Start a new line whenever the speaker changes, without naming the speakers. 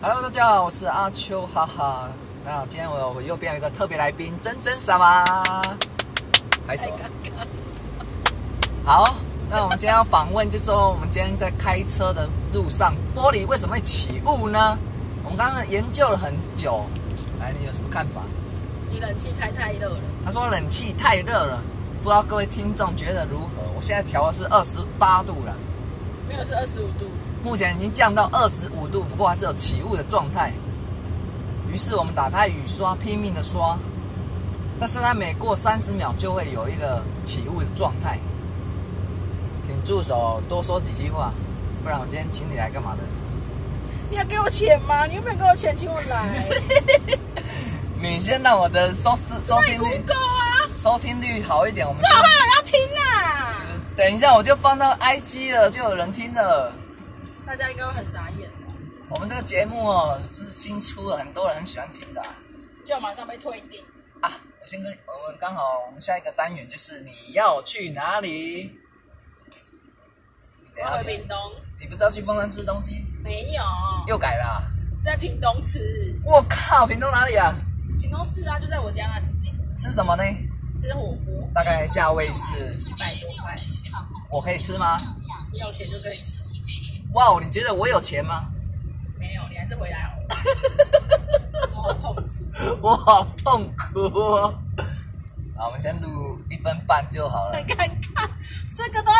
Hello，大家好，我是阿秋，哈哈。那今天我我右边有一个特别来宾，真真傻吗？还是好，那我们今天要访问，就是说我们今天在开车的路上，玻璃为什么会起雾呢？我们刚刚研究了很久，来，你有什么看法？
你冷气开太热了，
他说冷气太热了，不知道各位听众觉得如何？我现在调的是二十八度了，
没有是二十五度，
目前已经降到二十五度，不过还是有起雾的状态。于是我们打开雨刷，拼命的刷，但是它每过三十秒就会有一个起雾的状态。请助手多说几句话，不然我今天请你来干嘛的？
你要给我钱吗？你有没有给我钱，请我来。
你先让我的收视收
卖
听率
Google 啊，
收听率好一点，我们
这话我要听啊啦。
等一下我就放到 IG 了，就有人听了。
大家应该会很傻眼，
我们这个节目哦是新出的，很多人很喜欢听的啊。
就马上被退订。
啊我先跟我们刚好，我们下一个单元就是你要去哪里？你等
我
一下
回屏东，
你不是要去凤山吃东西？
没有，
又改了啊、
是在屏东吃，
我靠，屏东哪里啊？
屏东市啊，就在我家那附近，
吃什么呢？
吃火锅
大概价位是，
一百多块，
我可以吃吗？
你有钱就可以吃，
哇哦，你觉得我有钱吗？
没有你还是回来好 了。我好痛苦，啊
我好痛苦哦。好，我们先录一分半就好了。
很尴尬，这个都要